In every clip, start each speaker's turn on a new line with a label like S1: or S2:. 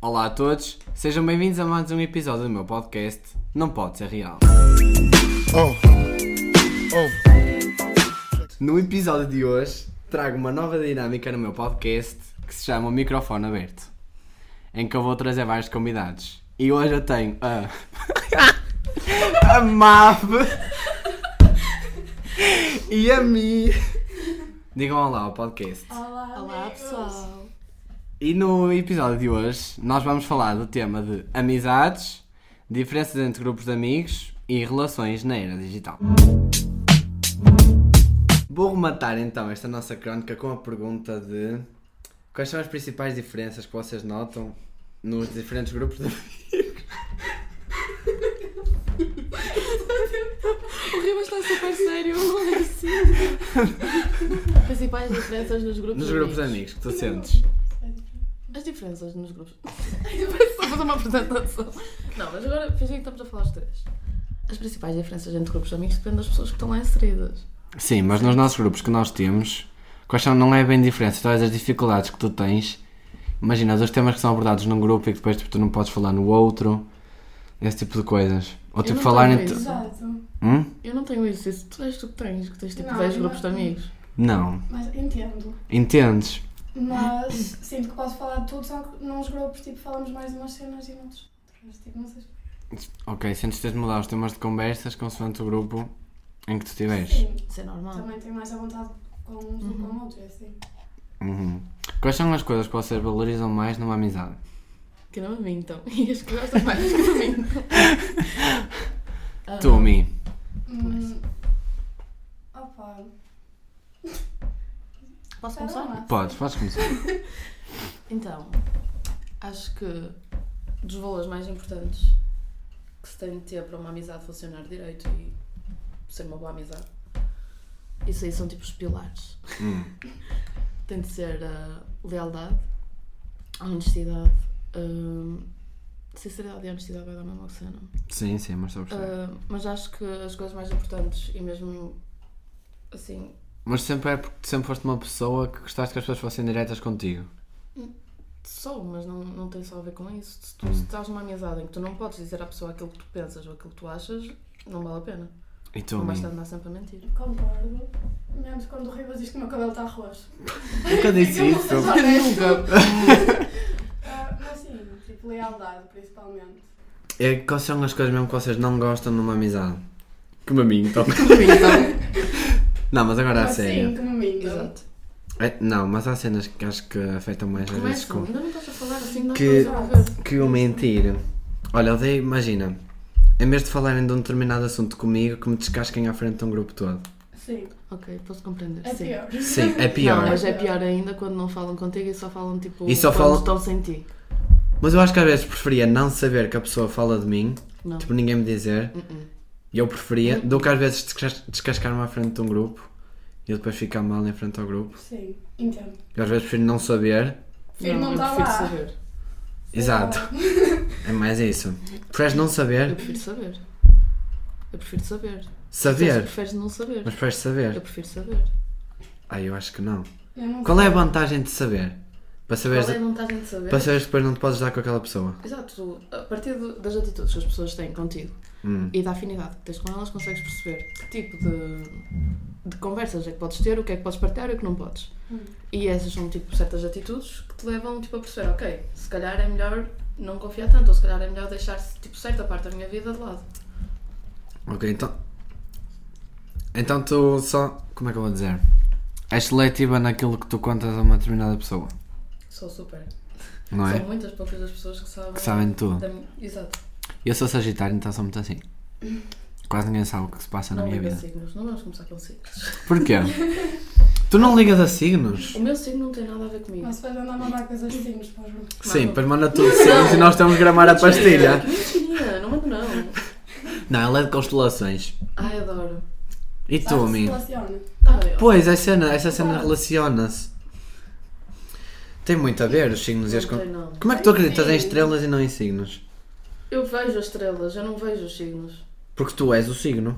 S1: Olá a todos, sejam bem-vindos a mais um episódio do meu podcast Não Pode Ser Real.
S2: Oh. Oh.
S1: No episódio de hoje, trago uma nova dinâmica no meu podcast que se chama Microfone Aberto, em que eu vou trazer vários convidados. E hoje eu tenho a. a MAP e a Mi. Digam olá ao podcast.
S3: Olá,
S4: Olá
S3: amigos.
S4: pessoal!
S1: E no episódio de hoje nós vamos falar do tema de amizades, diferenças entre grupos de amigos e relações na era digital. Vou rematar então esta nossa crónica com a pergunta de quais são as principais diferenças que vocês notam nos diferentes grupos de amigos?
S4: O Rimas está super sério, não é assim? Principais diferenças nos grupos
S1: Nos
S4: de
S1: grupos de
S4: amigos.
S1: amigos que tu sentes.
S4: As diferenças nos grupos. Estou a fazer uma apresentação. Não, mas agora fingem que estamos a falar os três. As principais diferenças entre grupos de amigos dependem das pessoas que estão lá inseridas.
S1: Sim, mas nos nossos grupos que nós temos, quais são, não é bem diferença, todas as dificuldades que tu tens, imagina, os temas que são abordados num grupo e que depois tipo, tu não podes falar no outro, esse tipo de coisas. Ou
S4: Eu
S1: tipo
S4: não
S1: falar
S4: tenho
S1: entre.
S4: isso.
S3: Exato.
S1: Hum?
S4: Eu não tenho isso, isso tu és tu que tens, que tens tipo
S3: Não,
S4: 10
S3: eu
S4: grupos de
S3: não tenho.
S4: amigos.
S1: Não.
S3: Mas entendo.
S1: Entendes?
S3: Mas sinto que posso falar de tudo, só que nos grupos tipo, falamos mais de umas cenas e noutros. outras. Tipo, não sei. explicar.
S1: Ok, sentes que tens de mudar os temas de conversas consoante o grupo em que tu estiveres.
S3: Sim,
S4: Isso é normal.
S3: também tenho mais à vontade com uns do que com outros, é assim.
S1: Uhum. Quais são as coisas que vocês valorizam mais numa amizade?
S4: Que não me mintam. E as que gostam mais, as que não mintam. Ah,
S1: Tu, Mi.
S3: Hum. Opa,
S4: Posso
S3: sei
S4: começar?
S3: lá.
S1: Podes, podes começar.
S4: Então, acho que dos valores mais importantes que se tem de ter para uma amizade funcionar direito e ser uma boa amizade, isso aí são tipo os pilares.
S1: Hum.
S4: Tem de ser a lealdade, a honestidade, hum, sinceridade e honestidade vai dar mesmo ao que cena.
S1: Sim, sim, mas só perceber.
S4: Ah, mas acho que as coisas mais importantes e mesmo assim,
S1: Mas sempre é porque sempre foste uma pessoa que gostaste que as pessoas fossem diretas contigo.
S4: Sou, mas não, não tem só a ver com isso. Se
S1: Hum.
S4: tu se estás numa amizade em que tu não podes dizer à pessoa aquilo que tu pensas ou aquilo que tu achas, não vale a pena.
S1: E tu,
S4: não
S1: Mi?
S4: basta andar sempre a mentir.
S3: concordo. Menos quando o Rivas diz que o meu cabelo está roxo.
S1: Nunca disse
S3: Eu não
S1: isso.
S3: sei se- Nunca.
S4: Nunca!
S3: Ah, mas sim, tipo, lealdade principalmente.
S1: É, quais são as coisas mesmo que vocês não gostam numa amizade? Que maminho, toca.
S4: então,
S1: Não, mas agora a
S3: Mas sim,
S1: sério.
S3: que me mingam.
S4: exato.
S1: É, não, mas há cenas que acho que afetam mais às vezes
S4: Começa,
S1: com.
S4: ainda não estás a falar assim, dá
S1: Que-
S4: para ver.
S1: Que eu mentir. Olha, odeio, imagina. Em vez de falarem de um determinado assunto comigo, que me descasquem à frente de um grupo todo.
S3: Sim,
S4: Ok, posso compreender.
S3: é
S4: sim.
S3: pior.
S1: Sim, é pior.
S4: Não, mas é pior ainda quando não falam contigo e só falam tipo
S1: E só
S4: quando
S1: falam-
S4: estão sem ti.
S1: Mas eu acho que às vezes preferia não saber que a pessoa fala de mim,
S4: Não.
S1: tipo ninguém me dizer,
S4: Uh-uh.
S1: e eu preferia, do que às vezes descas- descascar-me à frente de um grupo e eu depois ficar mal em frente ao grupo.
S3: Sim, entendo.
S1: Eu às vezes prefiro não saber.
S3: Filho, não
S4: eu
S3: tá
S4: prefiro
S3: lá.
S4: saber.
S1: Exato. É mais isso. Preferes não
S4: Eu
S1: saber?
S4: prefiro saber. Eu prefiro saber. Tu
S1: Saber.
S4: preferes não saber.
S1: Mas preferes
S4: Eu
S1: saber?
S4: prefiro saber.
S1: Ah, eu acho que não.
S3: Eu não
S1: Qual é a
S3: sei.
S1: vantagem de saber? Para saberes,
S4: Qual é a vantagem de saber?
S1: para saberes que depois não te podes dar com aquela pessoa.
S4: Exato, tu, a partir do- das atitudes que as pessoas têm contigo
S1: Hum.
S4: e da afinidade que tens com elas, consegues perceber que tipo de, de conversas é que podes ter, o que é que podes partilhar e o que não podes.
S3: Hum.
S4: E essas são tipo certas atitudes que te levam tipo, a perceber, ok, se calhar é melhor não confiar tanto, ou se calhar é melhor deixar tipo, certa parte da minha vida de lado.
S1: Ok, então. Então tu só. Como é que eu vou dizer? És seletiva naquilo que tu contas a uma determinada pessoa,
S4: Sou super.
S1: não
S4: São
S1: é?
S4: muitas poucas as pessoas que sabem.
S1: Que sabem de tudo.
S4: da minha- Exato.
S1: Eu sou Sagitário, então sou muito assim. Quase ninguém sabe o que se passa na
S4: não
S1: minha
S4: liga assim. a
S1: vida.
S4: signos. Não vamos começar com signos.
S1: Porquê? tu não ligas a signos?
S4: O meu signo não tem nada a ver comigo.
S3: Mas depois andar a mandar coisas assim nos pós grupos.
S1: Sim, depois manda tudo signos e nós estamos a gramar a pastilha.
S4: Mentira, não mando não.
S1: Não, ela é de constelações.
S4: Ai, adoro. Tá
S1: E
S4: Ah,
S1: tu, amigo?
S4: Ai,
S1: Pois, essa cena, essa cena relaciona-se. Tem muito a ver os signos e as.
S4: Não
S1: con-
S4: tem, não.
S1: Como é que tu acreditas em
S3: Sim.
S1: estrelas e não em signos?
S4: Eu vejo as estrelas, eu não vejo os signos.
S1: Porque tu és o signo.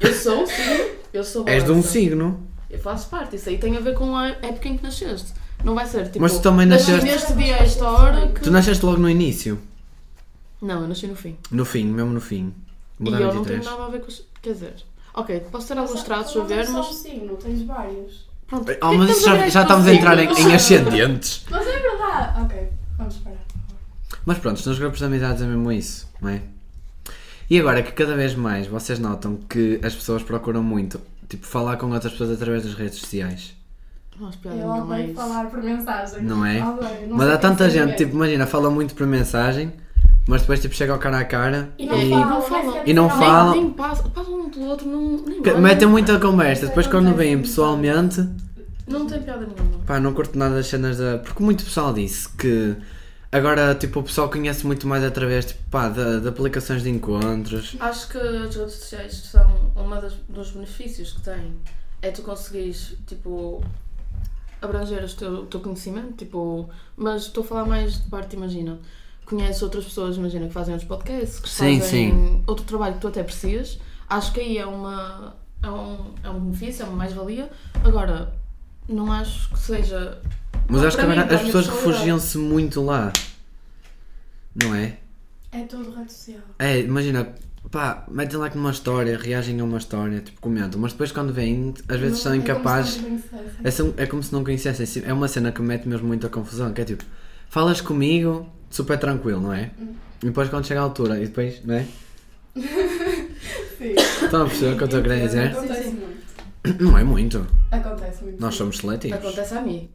S4: Eu sou um signo, eu sou
S1: És de um
S4: balança.
S1: signo.
S4: Eu faço parte, isso aí tem a ver com a época em que nasceste. Não vai ser tipo.
S1: Mas tu também
S4: nasci
S1: nasceste-
S4: neste dia a esta hora que.
S1: Tu nasceste logo no início,
S4: Não, eu nasci no fim.
S1: no fim, mesmo no fim. Mudar
S4: e eu não tenho
S1: 23.
S4: nada a ver com os. Quer dizer. Ok, posso ter alguns
S3: Mas,
S4: traços
S3: tu
S4: a
S3: não tens
S4: ver,
S3: só um
S4: mas.
S3: signo, tens vários.
S4: Pronto.
S1: Ah,
S4: O que
S1: mas
S4: é que
S1: isso
S4: temos
S1: já,
S4: ver
S1: já
S4: com
S1: estamos a entrar em,
S4: signos?
S1: em ascendentes.
S3: Mas é verdade! Ok, vamos parar.
S1: Mas pronto, nos grupos de amizades é mesmo isso, não é? E agora que cada vez mais vocês notam que as pessoas procuram muito, tipo, falar com outras pessoas através das redes sociais,
S4: Nossa, piada,
S3: Eu
S4: não é
S3: odeio
S4: isso.
S3: falar por mensagem.
S1: não é?
S3: Odeio, não
S1: mas
S3: sei
S1: há tanta
S3: quem
S1: gente,
S3: escrever.
S1: tipo, imagina, fala muito por mensagem, mas depois tipo chega ao cara a cara
S3: E
S1: e,
S3: não é
S4: E não
S3: falam,
S4: falam.
S3: nem sequer
S1: E não
S3: falam.
S1: falam.
S4: Nem, nem passa, passam um pelo outro, não, nem
S1: Que-
S4: olham.
S1: metem muita conversa,
S3: Isso
S1: depois quando
S3: acontece
S1: vêm
S3: muito.
S1: pessoalmente,
S4: Não tem piada nenhuma.
S1: pá, não curto nada das cenas da. Porque muito pessoal disse que agora tipo o pessoal conhece muito mais através tipo, pá, de, de aplicações de encontros.
S4: Acho que as redes sociais são uma das, dos benefícios que têm. É tu conseguires, tipo, abranger o teu, o teu conhecimento, tipo, mas estou a falar mais de parte, imagina. Conheces outras pessoas, imagina, que fazem outros podcasts, que
S1: Sim,
S4: fazem
S1: sim.
S4: outro trabalho que tu até aprecias. Acho que aí é uma. É um, é um benefício, é uma mais-valia. Agora, não acho que seja.
S1: Mas
S4: Pá,
S1: acho que
S4: para mim,
S1: agora
S4: para
S1: as
S4: a minha
S1: pessoas
S4: personalidade.
S1: refugiam-se muito lá. Não é?
S3: É tudo rede social.
S1: É, imagina, pá, metem lá com uma história, reagem a uma história, tipo, comentam, mas depois quando vêm, às vezes são
S3: Não- é como se
S1: incapazes.
S3: não me conhecessem.
S1: É, são- é como se não conhecessem. Sim, É uma cena que me mete mesmo muita confusão, que é tipo, falas comigo, super tranquilo, não é? E depois quando chega a altura, e depois, não é?
S3: Sim.
S1: Estão a perceber o que eu estou a querer dizer?
S3: Acontece
S4: Sim, sim.
S3: muito.
S1: Não é muito.
S3: Acontece muito.
S1: Nós somos seletivos.
S4: Acontece a mim.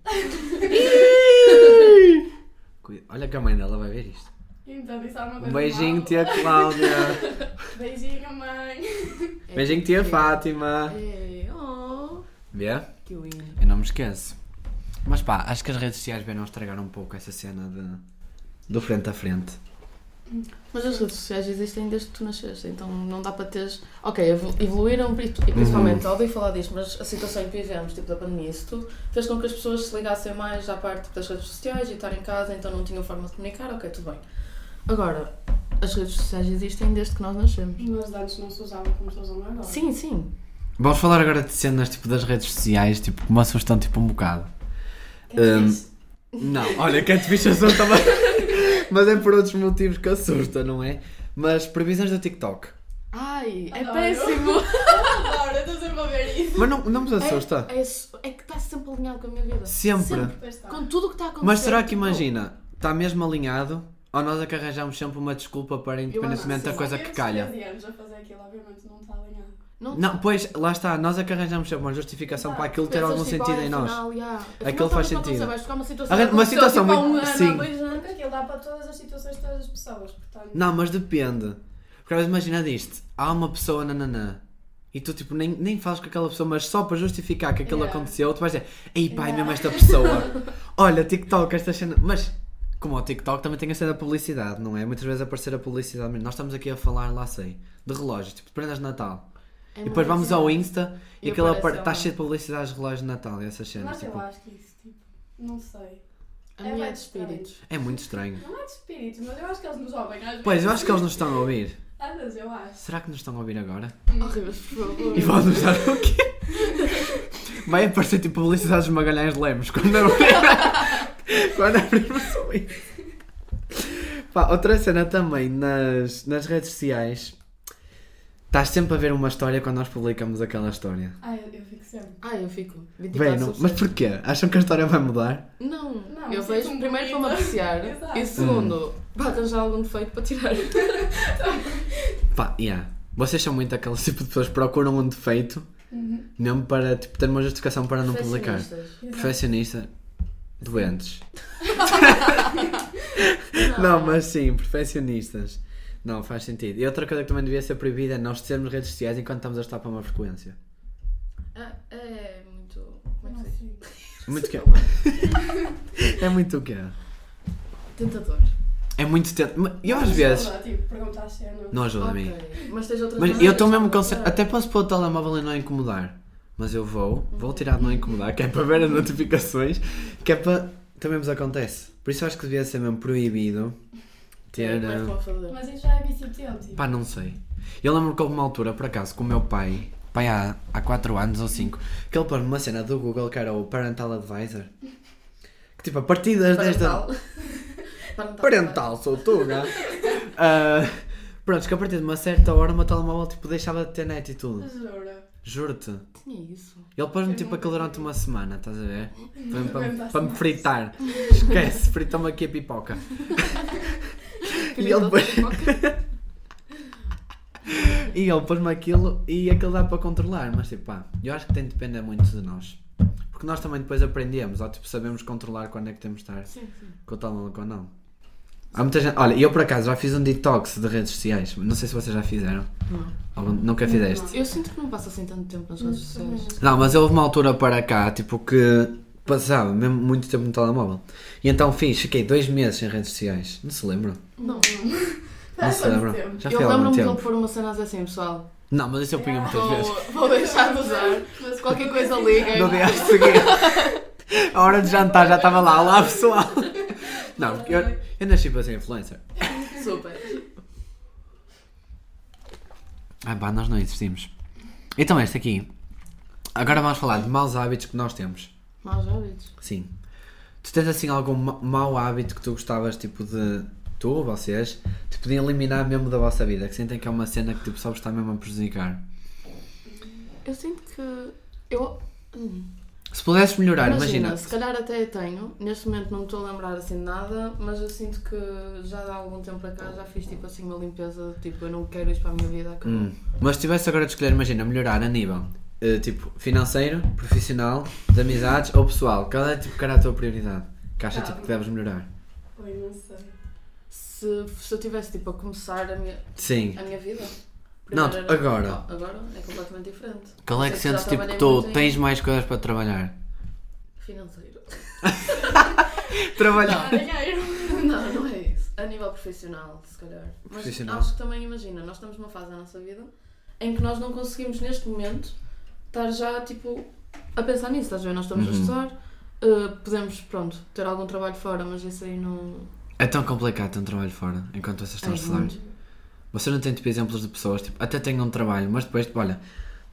S1: Cuida- Olha que a mãe dela vai ver isto.
S3: Então disse alguma
S1: Um
S3: coisa
S1: beijinho,
S3: mal.
S1: tia Cláudia.
S3: Beijinho, mãe.
S1: Beijinho, tia Fátima.
S4: É, oh,
S1: Vê?
S4: que lindo.
S1: Eu não me esqueço. Mas pá, acho que as redes sociais vieram estragar um pouco essa cena de, do frente a frente.
S4: Mas as redes sociais existem desde que tu nasceste, então não dá para teres. Ok, evo- evoluíram, pri- e principalmente, odeio falar disto, mas a situação em que vivemos, tipo da pandemia, isso tudo, fez com que as pessoas se ligassem mais à parte das redes sociais e estar em casa, então não tinham forma de comunicar, ok, tudo bem. Agora, as redes sociais existem desde que nós nascemos.
S3: Mas antes não se usavam como se usam agora.
S4: Sim, sim.
S1: Vamos falar agora de cenas tipo das redes sociais, tipo, que me assustam tipo um bocado.
S3: Que é
S1: Hum.
S3: fixe.
S1: Não, olha, é catfish assusta, mas... mas é por outros motivos que assusta, não é? Mas previsões do TikTok.
S4: Ai, é
S3: Adoro.
S4: péssimo!
S3: Adoro, eu estou sempre a ver isso.
S1: Mas não, não nos assusta.
S4: É, é su- é que está sempre alinhado com a minha vida.
S1: Sempre.
S3: Pois tá. está.
S4: Com tudo o que está a acontecer.
S1: Mas será que
S4: tipo,
S1: imagina, está mesmo alinhado? Ou nós é que arranjamos sempre uma desculpa para independentemente da
S4: sim.
S1: coisa que
S3: Temos
S1: calha?
S3: 13 anos a fazer aquilo, obviamente não está alinhado.
S4: Não,
S1: Não, pois, lá está, nós é que arranjamos sempre uma justificação
S3: Ah,
S1: para aquilo ter
S4: Pensas,
S1: algum
S4: tipo,
S1: sentido
S4: ah,
S1: em nós.
S4: afinal, já. Afinal,
S1: Aquilo faz
S4: estava para
S1: sentido.
S4: acontecer, vais buscar uma situação,
S1: Arra- uma
S4: que
S1: situação
S4: aconteceu, tipo,
S1: muito-
S4: há um ano,
S1: sim.
S4: há dois anos.
S3: Porque aquilo dá para todas as situações de todas as pessoas, portanto.
S1: Não, mas depende. Porque às vezes imagina disto, há uma pessoa nananã e tu tipo nem, nem falas com aquela pessoa, mas só para justificar que aquilo
S3: Yeah.
S1: aconteceu, tu vais dizer, ei pá, é mesmo
S3: Yeah.
S1: esta pessoa. Olha, TikTok, esta cena. Mas como o TikTok também tem a cena da publicidade, não é? Muitas vezes aparecer a publicidade mesmo. Nós estamos aqui a falar, lá sei, de relógios, tipo de prendas de Natal.
S4: É
S1: e depois
S4: uma
S1: vamos
S4: coisa.
S1: ao Insta e,
S4: E
S1: aquilo
S4: aparece
S1: está
S4: uma-
S1: cheio de publicidades de relógios de Natal e essas cenas.
S3: Mas um- eu
S1: Tipo,
S3: acho que isso, tipo, não sei.
S4: A
S3: É
S4: minha é
S3: bem
S4: de espíritos.
S1: é muito estranho.
S3: Não é de espírito, mas eu acho que eles nos ouvem às vezes.
S1: Pois, eu acho que eles nos estão a ouvir.
S3: Às vezes eu acho.
S1: Será que nos estão a ouvir agora?
S4: Horríveis, por favor.
S1: E vão nos dar o quê? Vai aparecer tipo publicidades de Magalhães Lemos quando abrirmos, quando abrirmos o link. Pá, outra cena também nas, nas redes sociais. Estás sempre a ver uma história quando nós publicamos aquela história.
S3: Ai, eu, eu fico sempre.
S4: Ah, eu fico. 24
S1: Bem, não-
S4: sobre
S1: mas
S4: 7.
S1: porquê? Acham que a história vai mudar?
S4: Não, é
S3: Não,
S4: eu
S3: sinto-me
S4: vejo primeiro para me
S3: bonita.
S4: apreciar
S3: Exato.
S4: e
S1: Hum.
S4: segundo, para arranjar algum defeito para tirar.
S1: Pá, yeah. Vocês são muito aquele tipo de pessoas que procuram um defeito
S3: Uhum.
S1: mesmo para tipo, ter uma justificação para não publicar.
S4: Perfeccionistas.
S1: assim.
S3: Exato.
S1: Perfeccionista. Doentes. Não, mas sim, perfeccionistas. Não, faz sentido. E outra coisa que também devia ser proibida é nós termos redes sociais enquanto estamos a estar para uma frequência.
S4: Ah, É muito. Como é que
S3: Não
S4: se diz?
S3: sei.
S1: Muito que É muito o quê?
S4: Tentador.
S1: É muito tempo. Eu às
S3: Mas
S1: vezes.
S3: ajuda, Tipo, perguntar as cenas.
S1: Não ajuda a mim.
S4: Ok. Mas tens outras
S1: Mas
S4: maneiras
S1: eu estou mesmo
S4: de
S1: conce...
S4: abordar.
S1: Até posso pôr o telemóvel em não incomodar. Mas eu vou, vou tirar de não incomodar, que é para ver as notificações, que é para. Também vos acontece. Por isso acho que devia ser mesmo proibido ter.
S4: Como é que
S1: uh,
S4: vão fazer?
S3: Mas isso já é vicitiante. Tipo.
S1: Pá, não sei. Eu lembro que houve uma altura, por acaso, com o meu pai, pai há, há 4 anos ou 5, que ele pôs uma cena do Google que era o Parental Advisor. Que tipo, a partir das 10 da.
S4: Parental. Parental.
S1: Parental, sou tu, né? Ah, Pronto, que a partir de uma certa hora o meu telemóvel tipo, deixava de ter net e tudo.
S3: Jura?
S1: Juro-te.
S4: Tinha isso.
S1: Ele pôs-me tipo
S3: não
S1: aquilo durante uma semana, estás a ver? Para, para-
S3: Bem, passa
S1: para me
S3: mais.
S1: fritar. Esquece, fritou-me aqui a pipoca. E ele depois- E ele pôs-me aquilo e aquilo dá para controlar, mas tipo, pá, eu acho que tem de depender muito de nós. Porque nós também depois aprendemos, ou tipo, sabemos controlar quando é que temos de estar
S4: Sim, sim.
S1: com o telemóvel ou quando não. Há muita gente. Olha, eu por acaso já fiz um detox de redes sociais, não sei se vocês já fizeram.
S4: Não.
S1: Ou nunca fizeste.
S4: Eu sinto que não passa assim tanto tempo nas redes sociais.
S1: Não, mas houve uma altura para cá, tipo, que passava mesmo muito tempo no telemóvel. E então fiz, fiquei dois meses em redes sociais. Não se lembram?
S4: Não.
S1: Não
S3: Faz
S1: se
S3: quanto
S1: lembram?
S3: tempo?
S1: Já foi
S4: Eu
S1: há algum
S4: lembro-me de ele
S1: tempo.
S4: pôr umas cenas assim, pessoal.
S1: Não, mas isso eu punha muitas
S4: Vou,
S1: vezes.
S4: vou deixar de usar. Mas qualquer coisa liguem.
S1: No dia a seguir, a hora de jantar já estava lá, olá pessoal. Não, porque eu, eu nasci para ser influencer.
S4: Super.
S1: Ah pá, nós não existimos. Então este aqui. Agora vamos falar de maus hábitos que nós temos.
S4: Maus hábitos.
S1: Sim. Tu tens assim algum ma- mau hábito que tu gostavas, tipo, de. Tu ou vocês, tipo, de eliminar mesmo da vossa vida? Que sentem que é uma cena que, tipo, só vos está mesmo a prejudicar.
S4: Eu sinto que. Eu. hum.
S1: Se pudesses melhorar,
S4: Imagina,
S1: imagina.
S4: se calhar até tenho. Neste momento não me estou a lembrar assim de nada, mas eu sinto que já há algum tempo para cá já fiz tipo assim uma limpeza, tipo eu não quero isto para a minha vida. acabou.
S1: Hum. Mas se tivesse agora de escolher, imagina, melhorar a nível, eh, tipo, financeiro, profissional, de amizades ou pessoal. Qual é, tipo, que era a tua prioridade? Que achas, tipo, que deves melhorar?
S3: Oi, não sei.
S4: Se, se eu tivesse tipo a começar a minha,
S1: Sim.
S4: a minha vida.
S1: Não,
S4: primeiro era-
S1: agora.
S4: Não, agora é completamente diferente.
S1: Qual é que
S4: Sei que já
S1: sentes, tipo, que
S4: trabalhei
S1: tu
S4: muito em-
S1: tens mais coisas para trabalhar?
S4: Financeiro.
S1: Trabalhar?
S3: um
S4: Não, não é isso. A nível profissional, se calhar. Mas
S1: Profissional.
S4: acho que também imagina, nós estamos numa fase da nossa vida em que nós não conseguimos neste momento estar já tipo a pensar nisso, estás a ver? Nós estamos a
S1: Uhum.
S4: estudar, eh, podemos, pronto, ter algum trabalho fora, mas isso aí não.
S1: É tão complicado ter um trabalho fora, enquanto vocês estão a
S4: é
S1: estudar.
S4: muito.
S1: Você não tem tipo exemplos de pessoas, tipo, até tenho um trabalho, mas depois, tipo, olha,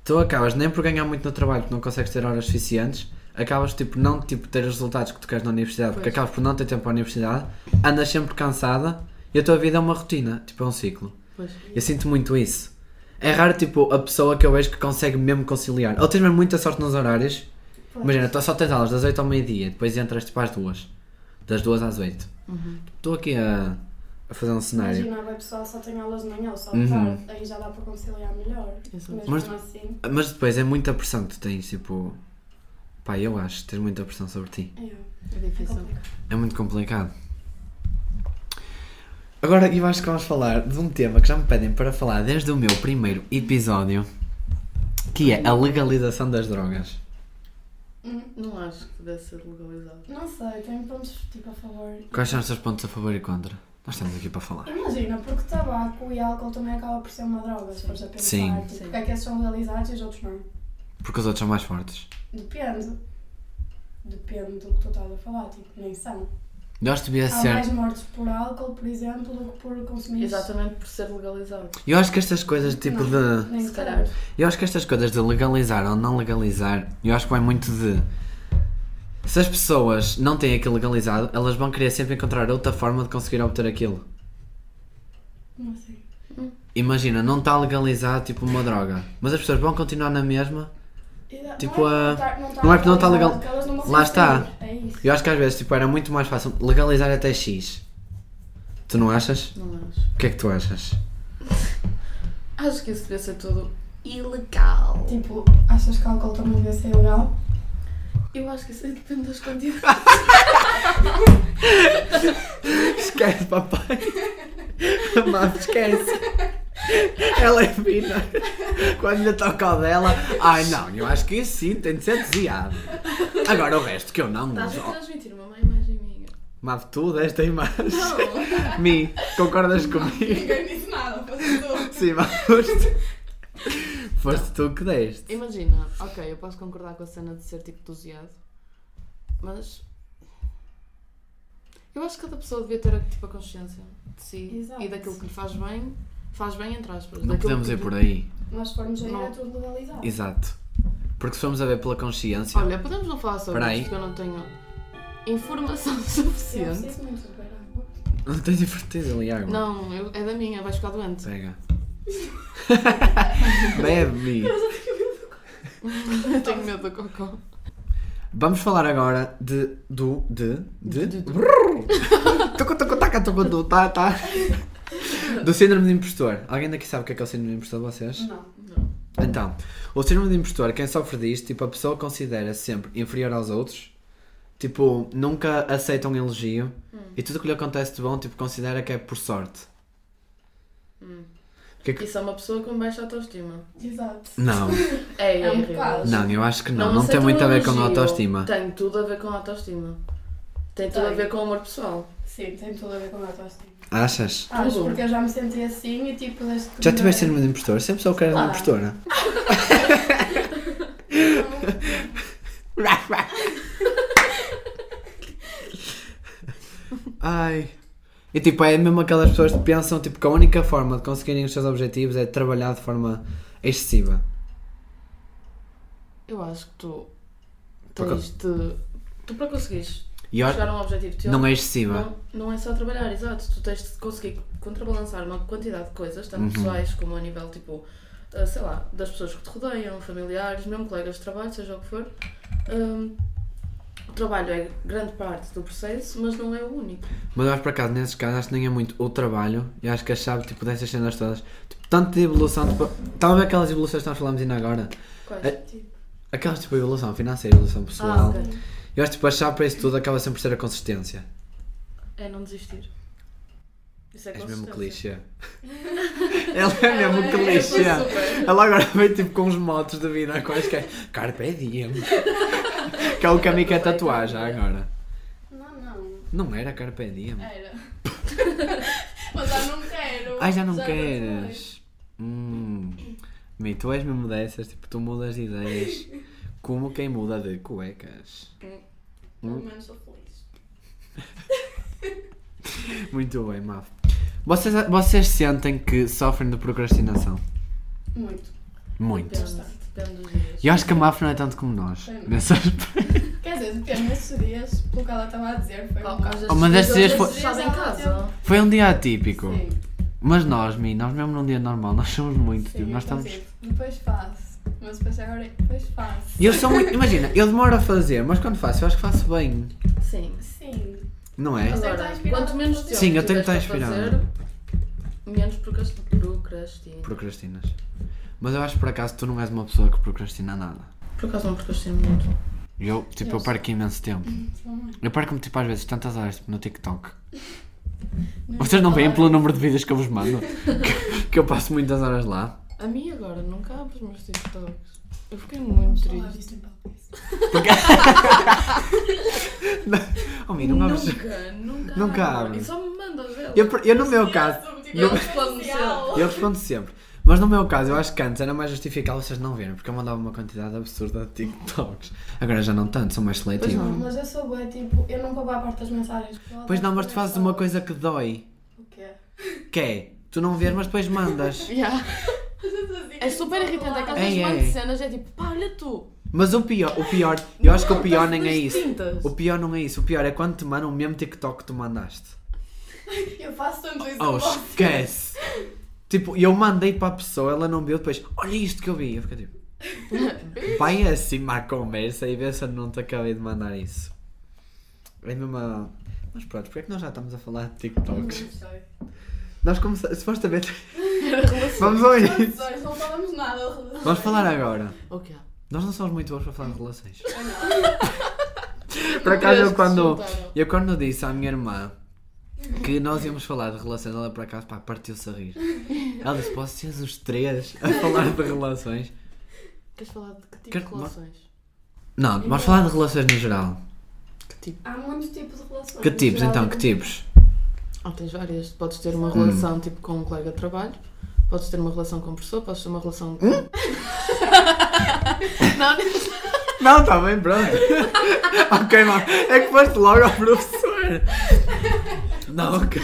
S1: tu acabas nem por ganhar muito no trabalho porque não consegues ter horas suficientes, acabas tipo não tipo, ter os resultados que tu queres na universidade, porque
S4: Pois.
S1: acabas por não ter tempo à universidade, andas sempre cansada e a tua vida é uma rotina, tipo, é um ciclo.
S4: Pois.
S1: Eu sinto muito isso. É raro, tipo, a pessoa que eu vejo que consegue mesmo conciliar. Ou tens mesmo muita sorte nos horários.
S3: Pois.
S1: Imagina, tu só tens aulas das 8 ao meio-dia, depois entras tipo às 2. Das 2 às 8.
S4: Uhum.
S1: Estou aqui a, a fazer um cenário.
S3: Imagina, o pessoal só tem aulas de manhã ou só
S1: Uhum.
S3: de tarde. Aí já dá para conciliar melhor.
S4: Exato.
S3: Mas
S1: Mas-
S3: mesmo assim,
S1: Mas depois é muita pressão que tu tens, tipo. Pá, eu acho que tens muita pressão sobre ti.
S3: é,
S4: É
S3: é
S4: difícil.
S3: complicado.
S1: É muito complicado. Agora eu acho que vamos falar de um tema que já me pedem para falar desde o meu primeiro episódio, que é a legalização das drogas.
S3: Hum,
S4: Não acho que deve ser legalizado.
S3: Não sei, tenho pontos tipo a favor.
S1: Quais são os teus pontos a favor e contra? Nós estamos aqui para falar.
S3: Imagina, porque tabaco e álcool também acaba por ser uma droga, se fores a pensar.
S1: Sim.
S3: Tipo,
S4: Sim.
S3: porque é que esses são legalizados e os outros não?
S1: Porque os outros são mais fortes.
S3: Depende. Depende do que tu estás a falar, tipo, nem são.
S1: Eu acho que devia
S3: Há
S1: ser.
S3: mais mortes por álcool, por exemplo, do que por consumir.
S4: Exatamente por ser legalizado.
S1: Eu acho que estas coisas tipo de.
S3: Nem
S4: Se
S3: tanto.
S4: calhar.
S1: Eu acho que estas coisas de legalizar ou não legalizar, eu acho que vai muito de. Se as pessoas não têm aquilo legalizado, elas vão querer sempre encontrar outra forma de conseguir obter aquilo.
S3: Como assim?
S1: Imagina, não está legalizado tipo uma droga, mas as pessoas vão continuar na mesma.
S3: E dá-
S1: Tipo,
S3: não é
S1: a-
S3: porque tá- tá
S1: não é porque não tá
S3: legalizado,
S1: legal-
S3: porque elas não vão
S1: Lá
S3: ser
S1: está.
S3: seguidas. É isso.
S1: Eu acho que às vezes tipo, era muito mais fácil legalizar até X. Tu não achas?
S4: Não acho.
S1: O que é que tu achas?
S4: Acho que isso devia ser tudo ilegal.
S3: Tipo, achas que álcool também deve ser ilegal?
S4: Eu acho que isso aí depende das quantidades.
S1: Esquece, papai. Mano, esquece. Ela é fina. Quando lhe toca o dela, ai não, eu acho que isso sim tem de ser desviado. Agora o resto que eu não
S4: Estás
S1: uso.
S4: a transmitir uma má imagem minha.
S1: Mave tudo esta imagem.
S4: Não,
S1: Mi, concordas comigo?
S3: Ninguém disse nada, fazer tudo.
S1: Sim, vamos. Foste tu que deste.
S4: imagina, ok, eu posso concordar com a cena de ser tipo doseado, mas eu acho que cada pessoa devia ter tipo, a consciência de si
S3: Exato.
S4: e daquilo que lhe faz bem, faz bem entre aspas.
S1: Não
S4: daquilo
S1: podemos
S4: que
S1: ir
S4: lhe-
S1: por aí.
S3: Nós formos aí,
S4: Não.
S3: é tudo legalizado.
S1: Exato. Porque se formos a ver pela consciência.
S4: Olha, podemos não falar sobre
S1: Espera aí.
S4: isso porque eu não tenho. informação
S3: Eu
S4: suficiente.
S3: preciso muito de beber água.
S1: Não tenho certeza ali água.
S4: Não, eu- é da minha, vais ficar doente.
S1: Pega. Bebe.
S4: Eu tenho medo do cocó.
S1: Vamos falar agora de. do. de. de. Tucu, tucu, taca, tucu, tu, tá, tá. Do síndrome de impostor. Alguém daqui sabe o que é, que é o síndrome de impostor de vocês?
S3: Não.
S1: Então, o síndrome de impostor, quem sofre disto, tipo, a pessoa considera-se sempre inferior aos outros, tipo, nunca aceita um elogio e tudo o que lhe acontece de bom, tipo, considera que é por sorte. Que é que-
S4: Isso é uma pessoa com baixa autoestima.
S3: Exato.
S1: Não,
S4: É,
S3: É um
S4: horrível.
S3: bocado.
S1: não, eu acho que não. um Não,
S4: aceito
S1: tem muito a ver com
S4: elogio.
S1: a autoestima.
S4: Tem tudo a ver com a autoestima. Tem tudo a
S3: Tem.
S4: ver com o amor pessoal.
S3: Sim, tem tudo a ver com a autoestima.
S1: Achas?
S3: Ah, mas
S4: Tudo.
S3: porque eu já me senti assim e tipo, desde que.
S1: Já tiveste
S3: me-
S1: síndrome de impostor? Sempre só que era
S3: Claro.
S1: uma impostora. Ai. E tipo, é mesmo aquelas pessoas que pensam tipo, que a única forma de conseguirem os seus objetivos é trabalhar de forma excessiva.
S4: Eu acho que tu
S1: Por
S4: tens de. Tu para conseguires
S1: E olha,
S4: chegar a um objetivo teu.
S1: não é excessiva.
S4: Não, não é só trabalhar, exato. Tu tens de conseguir contrabalançar uma quantidade de coisas, tanto
S1: Uhum.
S4: pessoais como a nível tipo, ah, sei lá, das pessoas que te rodeiam, familiares, mesmo colegas de trabalho, seja o que for. Hum, o trabalho é grande parte do processo, mas não é o único.
S1: Mas eu acho por acaso, nesses casos, acho que nem é muito o trabalho. Eu acho que a chave tipo, dessas cenas todas, tipo, tanto de evolução, tipo, talvez aquelas evoluções que nós falamos ainda agora,
S4: Quais?
S1: É- aquelas tipo evolução financeira, evolução pessoal.
S4: Ah, ok.
S1: Eu acho que tipo, a chave para isso tudo acaba sempre por ser a consistência.
S4: É não desistir. Isso é
S1: És mesmo
S4: consistência.
S1: clichê. Ela é mesmo
S4: É, foi
S1: clichê.
S4: super.
S1: Ela agora vem tipo com os motos da vida, quaisquer. Carpe diem. Que é o caminho que é tatuagem agora.
S3: Não, não.
S1: Não era Carpe diem.
S3: Era. mas já não quero.
S1: Ai, já não
S3: quero.
S1: queres. Hum. Mi, tu és mesmo dessas, tipo, tu mudas de ideias. Como quem muda de cuecas.
S3: Pelo menos sou feliz.
S1: Muito bem, Maf. Vocês, vocês sentem que sofrem de procrastinação?
S3: Muito.
S1: Muito.
S4: Depende, depende dos dias.
S1: Eu acho que a Maf não é tanto como nós.
S3: Sim.
S1: Nesse aspecto.
S3: Quer dizer, depende desses dias, pelo que ela estava a dizer, foi um bocado.
S1: Oh, mas esses
S4: esses
S1: dias
S4: dias
S1: foi-
S4: vocês Estava em casa.
S1: Foi um dia atípico.
S3: Sim,
S1: Mas nós, Mi, nós mesmo num dia normal, nós somos muito,
S3: sim,
S1: tipo, nós
S3: eu
S1: estamos...
S3: consigo. Depois faço. Mas depois agora depois faço.
S1: E eu sou muito. Imagina, eu demoro a fazer, mas quando faço, eu acho que faço bem.
S4: Sim.
S3: Sim.
S1: Não é?
S3: Mas eu
S4: Agora,
S3: estou inspirada
S4: quanto menos tempo
S1: Sim, eu tenho que tá
S4: tiveres
S1: estar
S4: para
S1: inspirada.
S4: fazer, menos procrast- procrastino. Por...
S1: Procrastinas. Mas eu acho que por acaso tu não és uma pessoa que procrastina nada.
S4: acaso não procrastino muito.
S1: Eu, tipo, eu,
S3: Eu
S1: perco imenso tempo.
S3: Sou muito.
S1: Eu perco-me, tipo, às vezes tantas horas tipo, no TikTok.
S3: Uhum.
S1: Vocês não veem pelo número de vídeos que eu vos mando? que, que eu passo muitas horas lá.
S4: A mim agora nunca abro os meus TikToks. Eu fiquei muito
S3: Falar
S4: triste.
S3: disto em podcast.
S1: Oh, Mi, não abres.
S4: Nunca, nunca.
S1: Nunca
S4: abro.
S1: abro.
S4: E só me mandas dela.
S1: Eu, per- eu, no meu É caso,
S3: Eu
S4: Eu respondo
S3: social.
S1: eu respondo sempre. Mas no meu caso, eu acho que antes era mais justificável vocês não verem, porque eu mandava uma quantidade absurda de TikToks. Agora já não tanto, sou mais seletivo.
S4: Pois não.
S3: Mas eu sou boa, tipo, eu não vou à parte das mensagens. porque ela
S1: Hum. Pois
S3: tá
S1: não, mas tu fazes uma coisa que dói.
S3: O quê?
S1: Que é, tu não vês, mas depois mandas.
S4: Yeah. É super irritante. Aquelas
S1: Ei, ei.
S4: mães de cenas é tipo, pá, olha tu.
S1: Mas o pior, o pior, eu acho que o pior nem é
S4: das
S1: isso.
S4: tintas.
S1: O pior não é isso, o pior é quando te mandam o mesmo TikTok que tu mandaste.
S3: Eu faço tanto isso.
S1: Oh,
S3: eu
S1: esquece! Tipo, eu mandei para a pessoa, ela não viu, depois, olha isto que eu vi. Eu fiquei tipo, vai acima à conversa e vê se eu não te acabei de mandar isso. É mesmo a... Mas pronto, porque é que nós já estamos a falar de
S3: não
S1: TikToks?
S3: sei.
S1: Nós começamos, supostamente... Vamos ao início.
S3: Nós não falamos nada. Rodrigo.
S1: Vamos falar agora.
S4: O que é?
S1: Nós não somos muito bons para falar de relações. Por acaso,
S4: Três
S1: eu
S4: que
S1: quando,
S4: se juntaram.
S1: eu quando disse à minha irmã que nós íamos falar de relações, ela por acaso pá, partiu-se a rir. Ela disse: Posso ser os três a falar de relações?
S4: Queres falar de que tipo
S1: Quero
S4: de
S1: tomar-
S4: relações?
S1: Não, vamos falar de relações no geral.
S4: Que tipo?
S3: Há muitos tipos de relações.
S1: Que tipos
S3: Geral,
S1: então? Que tipos?
S4: Ah, tens várias. Podes ter
S1: Hum.
S4: uma relação tipo com um colega de trabalho, podes ter uma relação com um professor, podes ter uma relação com.
S1: Hum?
S4: não, não.
S1: Não, está bem, pronto. ok, mano. É que foste logo ao professor. Não, ok.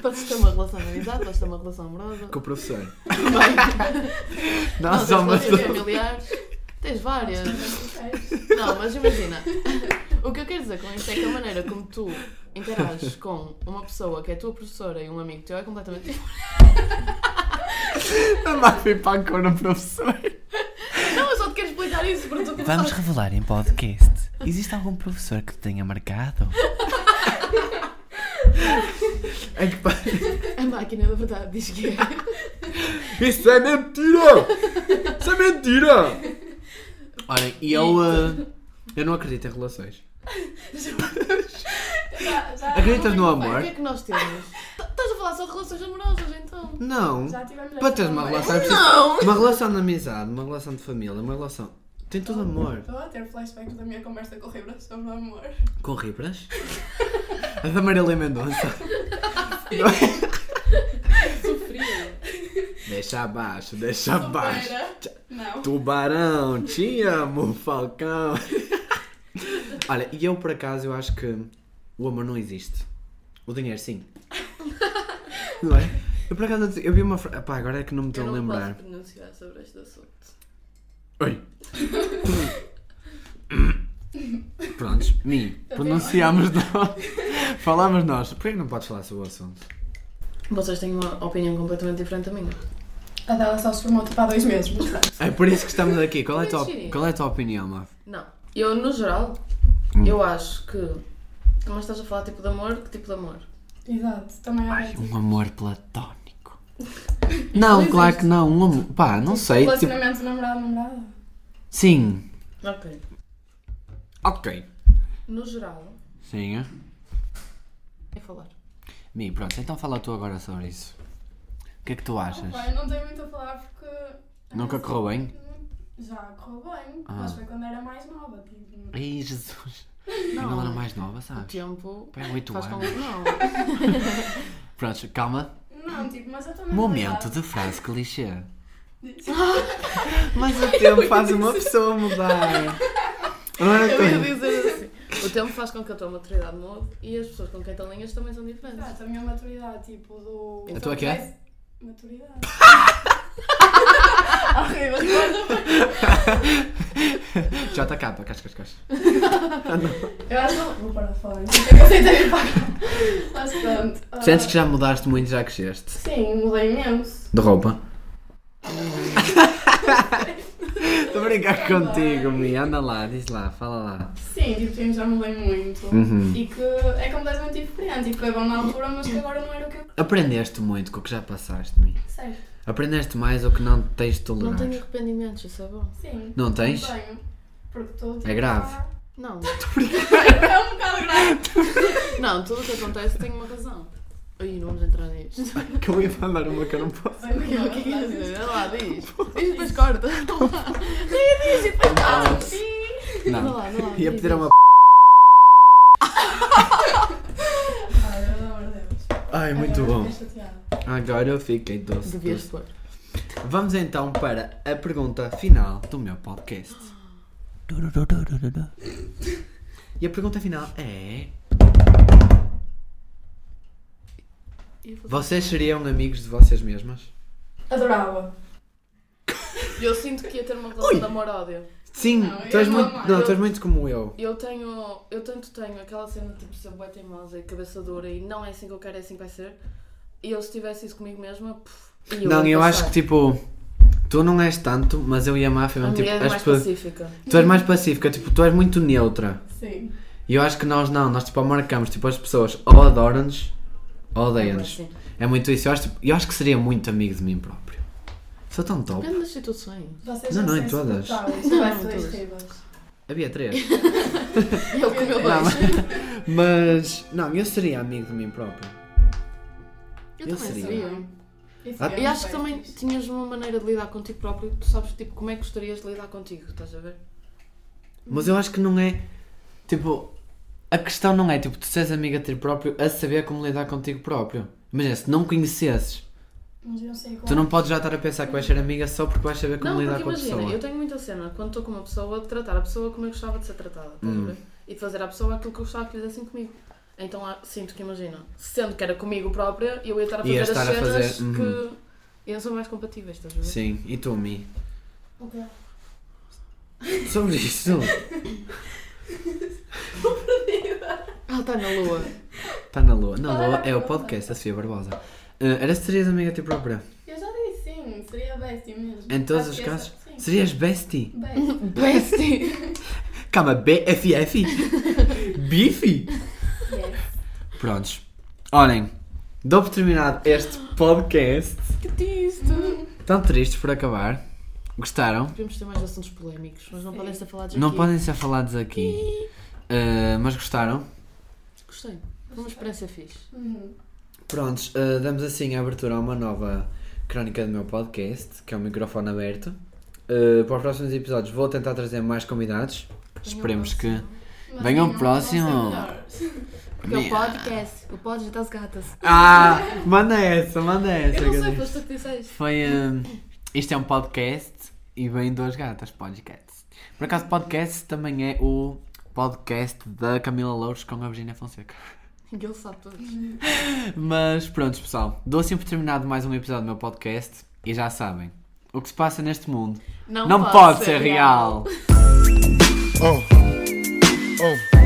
S4: podes ter uma relação de amizade, podes ter uma relação amorosa,
S1: Com o professor.
S4: não,
S1: Não,
S4: tens
S1: só uma.
S3: é
S4: relações familiares. Tens várias.
S3: Ok.
S4: Não, mas imagina. O O que eu quero dizer com isto é que a maneira como tu interages com uma pessoa que é tua professora e um amigo teu é completamente diferente.
S1: A Mafi pancou no professor.
S4: Não, eu só te quero explicar isso porque tu que não
S5: Vamos
S4: sabes.
S5: revelar em podcast. Existe algum professor que te tenha marcado?
S1: É que pa-
S4: A máquina da verdade diz que é.
S1: Isso é mentira! Isso é mentira! Olha, e eu. uh, eu não acredito em relações.
S3: Já, já,
S1: Acreditas no
S4: Pai, o
S1: amor?
S4: que é que nós temos? T- Estás a falar só de relações amorosas então?
S1: Não.
S3: já tivemos
S1: Para
S3: essa
S1: teres uma
S3: conversa.
S1: relação é preciso.
S4: Não!
S1: Uma relação de amizade, uma relação de família, uma relação. Tem todo é amor.
S3: Estou a ter flashbacks da minha conversa com o Ribra sobre o amor.
S1: Com ribras? A da Marília Mendonça.
S4: Sofria.
S1: Deixa abaixo, deixa abaixo.
S3: Supera. Não.
S1: Tubarão, te amo, Falcão. Olha, e eu por acaso eu acho que o amor não existe. O dinheiro sim. Não é? Eu por acaso não sei, eu vi uma frase. Pá, agora é que não me
S4: Eu
S1: estou a
S4: não
S1: lembrar.
S4: posso pronunciar sobre este assunto.
S1: Oi. Prontos, mim. Pronunciámos nós. Falámos nós. Porquê que não podes falar sobre o assunto?
S4: Vocês têm uma opinião completamente diferente da minha.
S3: A dela só se formou tipo há dois meses. portanto.
S1: É por isso que estamos aqui. Qual é a tua,
S4: Mentira.
S1: qual é a tua opinião, Mav?
S4: Não. Eu, no geral,
S1: Hum.
S4: eu acho que. Mas estás a falar tipo de amor? Que tipo de amor?
S3: Exato, também é há.
S1: Um amor platónico. Não, claro que não. Um amor. Pá, não sei. Tipo,
S3: Relacionamento namorado-namorada.
S1: sim.
S4: Ok.
S1: Ok.
S4: No geral,
S1: Sim. é?
S4: é falar.
S1: Mi, pronto, então fala tu agora sobre isso. O que é que tu achas?
S3: Opa, eu não tenho muito a falar porque. é
S1: Nunca correu bem?
S3: Já correu bem,
S1: Ah.
S3: mas foi quando era mais nova. Tipo,
S1: Ai, Jesus. Eu não era mais nova,
S4: O
S1: sabes?
S4: tempo
S1: Pai, oito
S4: Tipo, faz com
S1: anos.
S4: que não.
S1: Pronto, calma.
S3: não, tipo, mas eu também.
S1: Momento Ah. de frase clichê.
S3: de.
S1: Mas o tempo faz uma pessoa mudar. Agora
S4: Eu ia
S1: tu-
S4: dizer assim. O tempo faz com que a tua maturidade mude e as pessoas com quem te alinhas também são diferentes.
S3: Exato, a minha maturidade, tipo, do.
S1: A tua quê?
S3: Maturidade. Horrível, mas
S1: Já está cá, caixa, caixa, caixa.
S3: eu- eu acho que. Vou parar de falar, então, porque eu sei também parar. Mas pronto. ah,
S1: Sentes que já mudaste muito, já cresceste.
S3: Sim, mudei imenso.
S1: De roupa. Estou a brincar contigo, Mi. Anda lá, diz lá, fala lá.
S3: Sim, tipo, eu já mudei muito.
S1: Uhum.
S3: E que é completamente diferente. E que foi bom na altura, mas que agora não era o que eu.
S1: Aprendeste muito com o que já passaste, Mi.
S3: Certo.
S1: Aprendeste mais o que não tens de
S4: Não
S1: tolerar.
S4: tenho arrependimentos, isso é bom.
S3: Sim.
S1: Não tens?
S3: Não tenho. Porque estou tipo,
S1: É grave.
S3: a-
S4: Não.
S3: É um bocado grave.
S4: Não, tudo o que acontece tem uma razão. Aí não vamos entrar nisto.
S1: Que eu ia mandar uma que eu não posso.
S4: O que é que quer dizer? Olha lá, diz. Diz depois corta.
S1: Ah,
S3: Sim.
S4: Não,
S1: Não.
S4: não.
S1: Ia
S4: diz,
S1: pedir a uma.
S3: Ai, pelo amor de Deus.
S1: Ai, É muito
S3: Agora
S1: bom.
S3: fiquei chateada.
S1: Agora eu fiquei
S4: diz.
S1: doce.
S4: Devias
S1: doce.
S4: pôr.
S1: Vamos então para a pergunta final do meu podcast. E a pergunta final é:
S4: Ia fazer.
S1: Vocês seriam amigos de vocês mesmas?
S3: Adorava.
S4: Eu sinto que ia ter uma relação de amor-ódio.
S1: Sim,
S3: Não, eu
S1: tu és
S3: não
S1: muito,
S3: mais.
S1: não, tu és
S4: Eu-
S1: muito como eu.
S4: Eu tenho, eu tanto tenho aquela cena de tipo ser bué teimosa e cabeça dura e não é assim que eu quero, é assim que vai ser. E eu se tivesse isso comigo mesma, puf, e
S1: não,
S4: ia
S1: eu
S4: passar.
S1: acho que tipo, tu não és tanto, mas eu e a Máfia,
S4: a
S1: mesmo, tipo,
S4: minha é
S1: és
S4: mais
S1: pa-
S4: pacífica.
S1: tu és mais pacífica, tipo, tu és muito neutra.
S3: Sim.
S1: E eu acho que nós não, nós tipo, marcamos, tipo, as pessoas ou adoram-nos ou odeiam-nos.
S4: Assim.
S1: É muito isso, eu acho, tipo, eu acho que seria muito amigo de mim próprio. Sou tão top.
S4: Depende das situações.
S3: Vocês
S1: Não,
S3: já
S1: não, em
S3: são
S1: todas.
S3: insuportáveis.
S4: Não,
S3: Vai
S4: em
S3: ser
S4: todas.
S3: terríveis.
S1: Havia três.
S4: Eu com o meu
S1: Não,
S4: beijo.
S1: Mas, não, eu seria amigo de mim próprio.
S4: Eu,
S1: eu
S4: também
S1: seria.
S4: seria.
S3: Isso
S1: Ah,
S3: é
S4: E acho que
S3: muito
S4: também
S3: fixe.
S4: tinhas uma maneira de lidar contigo próprio, tu sabes tipo como é que gostarias de lidar contigo, estás a ver?
S1: Mas eu acho que não é. Tipo, a questão não é tipo, tu seres amigo a ti próprio a saber como lidar contigo próprio. Imagina, se não conhecesses,
S3: Mas eu sei como.
S1: tu não podes já estar a pensar que vais ser amiga só porque vais saber como
S4: não,
S1: lidar
S4: porque
S1: com a
S4: imagina,
S1: pessoa.
S4: eu tenho muita cena quando estou com uma pessoa de tratar a pessoa como eu gostava de ser tratada, estás
S1: Hum.
S4: a ver? E de fazer à pessoa aquilo que eu gostava que fizessem comigo. Então há- sinto que imagina, sendo que era comigo própria, eu ia estar a fazer
S1: Ia
S4: as
S1: estar a
S4: cenas
S1: fazer, uhum.
S4: que iam ser mais compatíveis, estás a ver?
S1: Sim, e tu, Mi?
S3: é O quê?
S1: Sobre isso.
S4: Ela está Ah, tá na lua.
S1: Está na lua. Na
S3: Qual
S4: Tá
S3: era
S1: lua
S3: a
S1: é o
S3: pergunta?
S1: podcast da Sofia Barbosa. Eh, era se terias amiga tipo própria.
S3: Eu já disse sim, seria bestie mesmo.
S1: Em todos os
S3: Acho que
S1: casos,
S3: essa- Sim.
S1: serias bestie.
S3: Bestie.
S4: Bestie.
S1: Calma, BFF. Bifi.
S3: Yes.
S1: Prontos. Olhem, dou por terminado este podcast.
S4: Que disto?
S3: Uhum.
S1: Tão tristes por acabar. Gostaram?
S4: Podemos ter mais assuntos polémicos, mas não podem ser falados
S1: Não
S4: aqui.
S1: podem ser falados aqui. Eh, mas gostaram?
S4: Gostei. Foi uma experiência fixe.
S3: Uhum.
S1: Prontos, eh, damos assim a abertura a uma nova crónica do meu podcast, que é o microfone aberto. Eh, para os próximos episódios vou tentar trazer mais convidados. Esperemos que.
S3: Mas
S1: Venham
S3: sim, não-
S1: próximo.
S3: não sei melhor.
S4: Porque
S1: é
S4: o podcast, o podcast das gatas.
S1: Ah! Manda essa, manda essa.
S4: Eu não sei,
S1: Gabriel.
S4: foste tu que disseste.
S1: Foi. eh, isto é um podcast e vem duas gatas, podcast. Por acaso, podcast também é o podcast da Camila Louros com a Virginia Fonseca.
S4: Ele sabe todos.
S1: Mas pronto, pessoal, dou assim por terminado mais um episódio do meu podcast e já sabem. O que se passa neste mundo não, pode ser real.
S2: oh, oh.